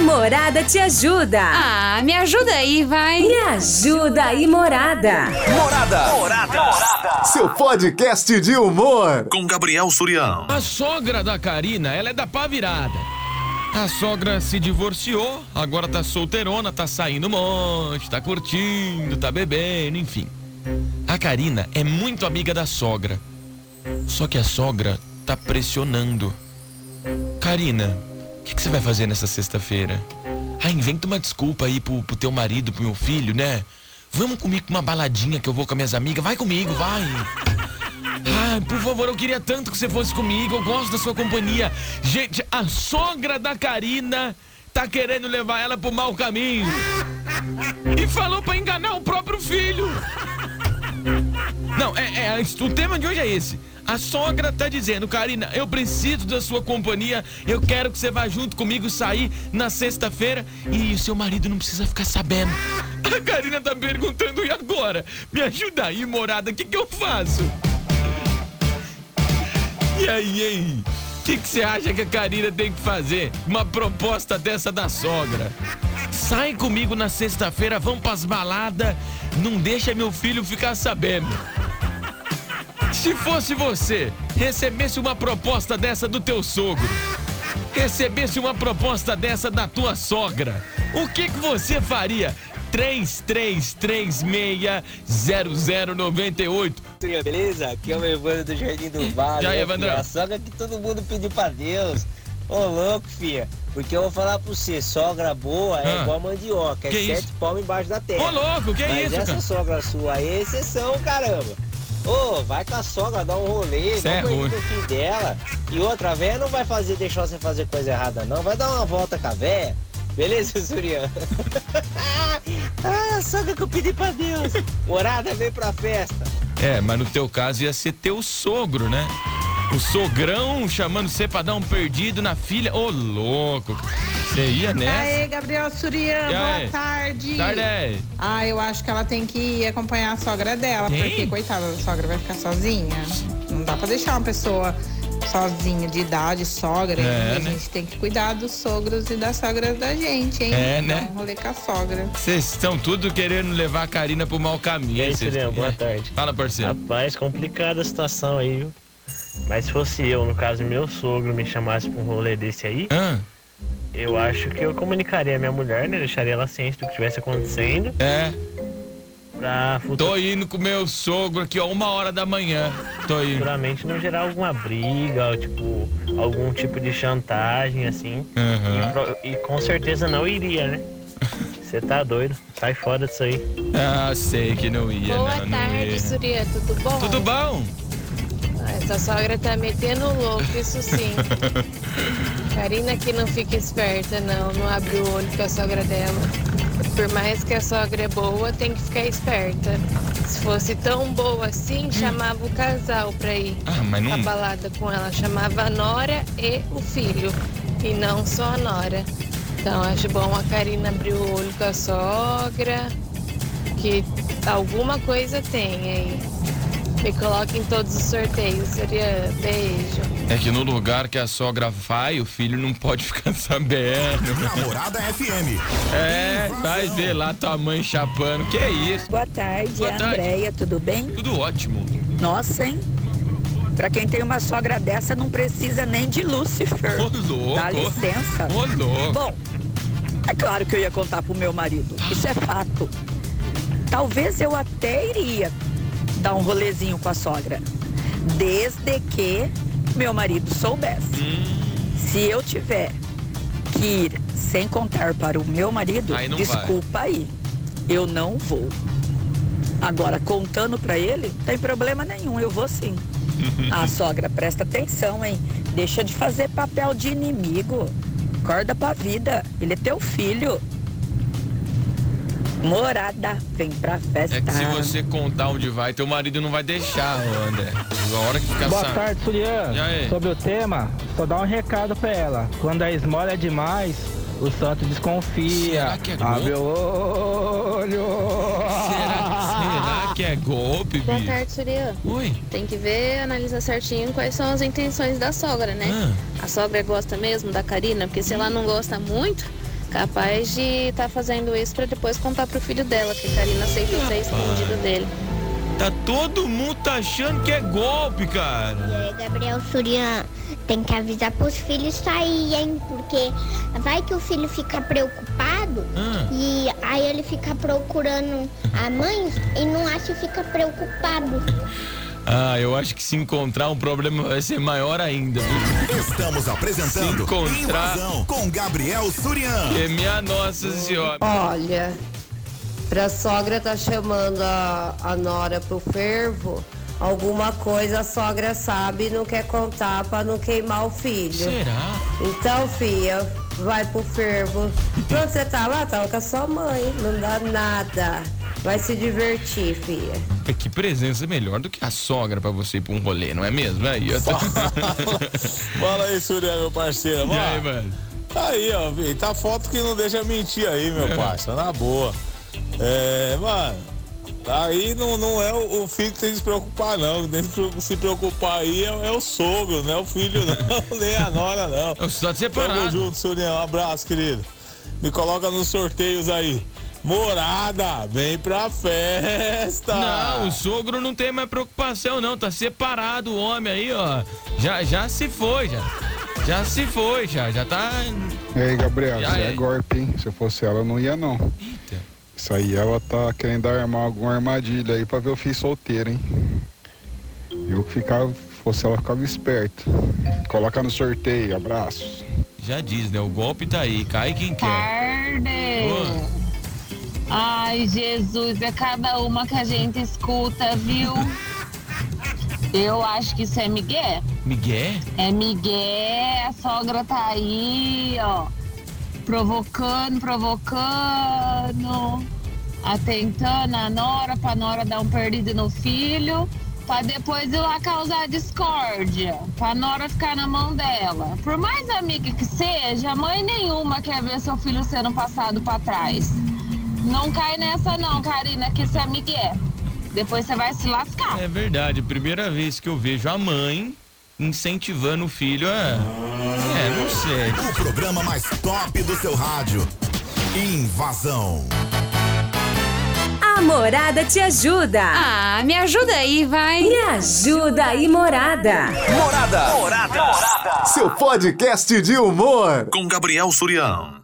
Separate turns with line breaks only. Morada te ajuda.
Ah, me ajuda aí, vai.
Me ajuda aí, Morada.
Morada.
Seu podcast de humor.
Com Gabriel Surião.
A sogra da Karina, ela é da pá virada. A sogra se divorciou, agora tá solteirona, tá saindo um monte, tá curtindo, tá bebendo, enfim. A Karina é muito amiga da sogra. Só que a sogra tá pressionando. Karina, o que, que você vai fazer nessa sexta-feira? Ah, inventa uma desculpa aí pro, pro teu marido, pro meu filho, né? Vamos comigo pra uma baladinha que eu vou com as minhas amigas. Vai comigo, vai. Ai, Ah, por favor, eu queria tanto que você fosse comigo. Eu gosto da sua companhia. Gente, a sogra da Karina tá querendo levar ela pro mau caminho. E falou pra enganar o próprio filho. Não, é, é, o tema de hoje é esse. A sogra tá dizendo, Karina, eu preciso da sua companhia, eu quero que você vá junto comigo sair na sexta-feira e o seu marido não precisa ficar sabendo. A Karina tá perguntando, e agora? Me ajuda aí, morada, o que, que eu faço? E aí, hein? O que que você acha que a Karina tem que fazer? Uma proposta dessa da sogra. Sai comigo na sexta-feira, vamos pras baladas. Não deixa meu filho ficar sabendo. Se fosse você, recebesse uma proposta dessa do teu sogro, recebesse uma proposta dessa da tua sogra, o que que você faria? 33360098.
Turma, beleza? Aqui é o Evandro do Jardim do Vale.
E aí,
Ô,
Evandro?
filha, A sogra que todo mundo pediu pra Deus. Ô, louco, filha. Porque eu vou falar pra você, sogra boa é
Ah.
igual mandioca, é
Que
sete
isso?
palmos embaixo da terra.
Ô, louco, que
Mas
isso,
essa
cara?
sogra sua aí é exceção, caramba. Ô, vai com a sogra, dá um rolê,
Cê
dá
é
um banho
ruim.
no fim dela. E outra, a véia não vai fazer, deixar você fazer coisa errada, não. Vai dar uma volta com a véia. Beleza, Surian? ah, sogra que eu pedi pra Deus. Morada, vem pra festa.
É, mas no teu caso ia ser teu sogro, né? O sogrão chamando você pra dar um perdido na filha. Ô, louco! Você ia nessa?
Aê, Gabriel Surian,
É E
boa
aí?
tarde.
Tarde!
Ah, eu acho que ela tem que ir acompanhar a sogra dela,
Tem?
porque coitada, a sogra vai ficar sozinha. Não dá pra deixar uma pessoa sozinha, de idade, sogra.
É,
a
né?
gente tem que cuidar dos sogros e das sogras da gente, hein?
É, né?
Dar um rolê com a sogra.
Vocês estão tudo querendo levar a Karina pro mau caminho.
E aí,
Cês-
Julião, boa
é.
tarde.
Fala, parceiro.
Rapaz, complicada a situação aí, viu? Mas se fosse eu, no caso meu sogro, me chamasse pra um rolê desse aí,
Hã?
eu acho que eu comunicaria a minha mulher, né? Deixaria ela ciente do que estivesse acontecendo
É,
pra
tô indo com meu sogro aqui, ó, uma hora da manhã. Tô indo.
futuramente não gerar alguma briga, ou, tipo, algum tipo de chantagem, assim.
Aham.
Pro- E com certeza não iria, né? Você tá doido, sai fora disso aí.
Ah, sei que não ia,
Boa
não, não
tarde,
ia.
Surya, tudo bom?
Tudo bom?
Essa sogra tá metendo louco, isso sim. Karina que não fica esperta, não. Não abre o olho com a sogra dela. Por mais que a sogra é boa, tem que ficar esperta. Se fosse tão boa assim, chamava o casal pra ir
Ah, mas
pra
não.
balada com ela. Chamava a nora e o filho, e não só a nora. Então acho bom a Karina abrir o olho com a sogra, que alguma coisa tem aí. Me coloca em todos os sorteios, seria beijo.
É que no lugar que a sogra vai, o filho não pode ficar sabendo.
Namorada FM.
É, vai ver lá tua mãe chapando. Que isso?
Boa tarde,
Boa
é a
tarde.
Andréia, tudo bem?
Tudo ótimo.
Nossa, hein? Pra quem tem uma sogra dessa, não precisa nem de Lúcifer.
Ô, louco.
Dá licença.
Ô, louco.
Bom, é claro que eu ia contar pro meu marido. Isso é fato. Talvez eu até iria dar um rolezinho com a sogra. Desde que meu marido soubesse.
Hum.
Se eu tiver que ir sem contar para o meu marido,
Aí não vai.
desculpa aí. Eu não vou. Agora, contando pra ele, não tem problema nenhum, eu vou sim. A sogra, presta atenção, hein? Deixa de fazer papel de inimigo. Acorda pra vida. Ele é teu filho. Morada, vem pra festa.
É que se você contar onde vai, teu marido não vai deixar, ô, André. A hora que ficar
Boa
sa-
tarde, Surian.
E aí?
Sobre o tema, só dá um recado pra ela. Quando a esmola é demais, o santo
Será
desconfia.
que é
Abre
golpe?
o olho.
Será, será que é golpe,
Boa
bicho?
tarde, Surya.
Oi.
Tem que ver, analisar certinho quais são as intenções da sogra, né?
Ah,
A sogra gosta mesmo da Karina, porque se ela não gosta muito,
Capaz de estar fazendo isso pra depois contar pro filho dela que a Karina aceitou ser escondido dele.
Tá todo mundo tá achando que é golpe, cara.
Gabriel Surian tem que avisar pros filhos sair, hein? Porque vai que o filho fica preocupado
Ah.
e aí ele fica procurando a mãe e não acha e fica preocupado.
Ah, eu acho que se encontrar um problema vai ser maior ainda. viu?
Estamos apresentando
se encontrar
Invasão com Gabriel Surian.
que é minha nossa senhora.
Olha, pra sogra tá chamando a, a nora pro fervo, alguma coisa a sogra sabe e não quer contar pra não queimar o filho.
Será?
Então, filha, vai pro fervo. Quando você tá lá, tava com a sua mãe, não dá nada. Vai se divertir, filha.
É Que presença melhor do que a sogra pra você ir pra um rolê, não é mesmo? Aí, ó.
Fala aí, Surya, meu parceiro.
E aí,
mano? Aí, ó, vi, tá foto que não deixa mentir aí, meu parceiro, na boa. É, mano, aí não, não é o, o filho que tem que se preocupar, não. Tem que se preocupar aí é, é o sogro, não é o filho, não, nem a nora, não.
Eu só separado.
Tamo junto, Surya, um abraço, querido. Me coloca nos sorteios aí. Morada, vem pra festa!
Não, o sogro não tem mais preocupação, não. Tá separado o homem aí, ó. Já, já se foi, já. Já se foi, já. Já tá.
E aí, Gabriel,
Já
isso é
é.
golpe, hein? Se eu fosse ela, eu não ia, não. Isso aí, ela tá querendo armar alguma armadilha aí pra ver o filho solteiro, hein? Eu que ficava, fosse ela, ficava esperto. Coloca no sorteio, abraços.
Já diz, né? O golpe tá aí. Cai quem quer.
Tarde!
Ô,
Ai, Jesus, é cada uma que a gente escuta, viu? Eu acho que isso é migué.
Miguel?
É migué, a sogra tá aí, ó. Provocando, provocando. Atentando a nora, pra nora dar um perdido no filho. Pra depois ir lá causar discórdia. Pra nora ficar na mão dela. Por mais amiga que seja, mãe nenhuma quer ver seu filho sendo passado pra trás. Não cai nessa não, Karina, que isso é migué. Depois você vai se lascar.
É verdade, primeira vez que eu vejo a mãe incentivando o filho a. É, não sei.
O programa mais top do seu rádio. Invasão.
A Morada te ajuda. Ah, me ajuda aí, vai. Me ajuda aí, Morada.
é
Morada. Morada. Seu podcast de humor.
Com Gabriel Surião.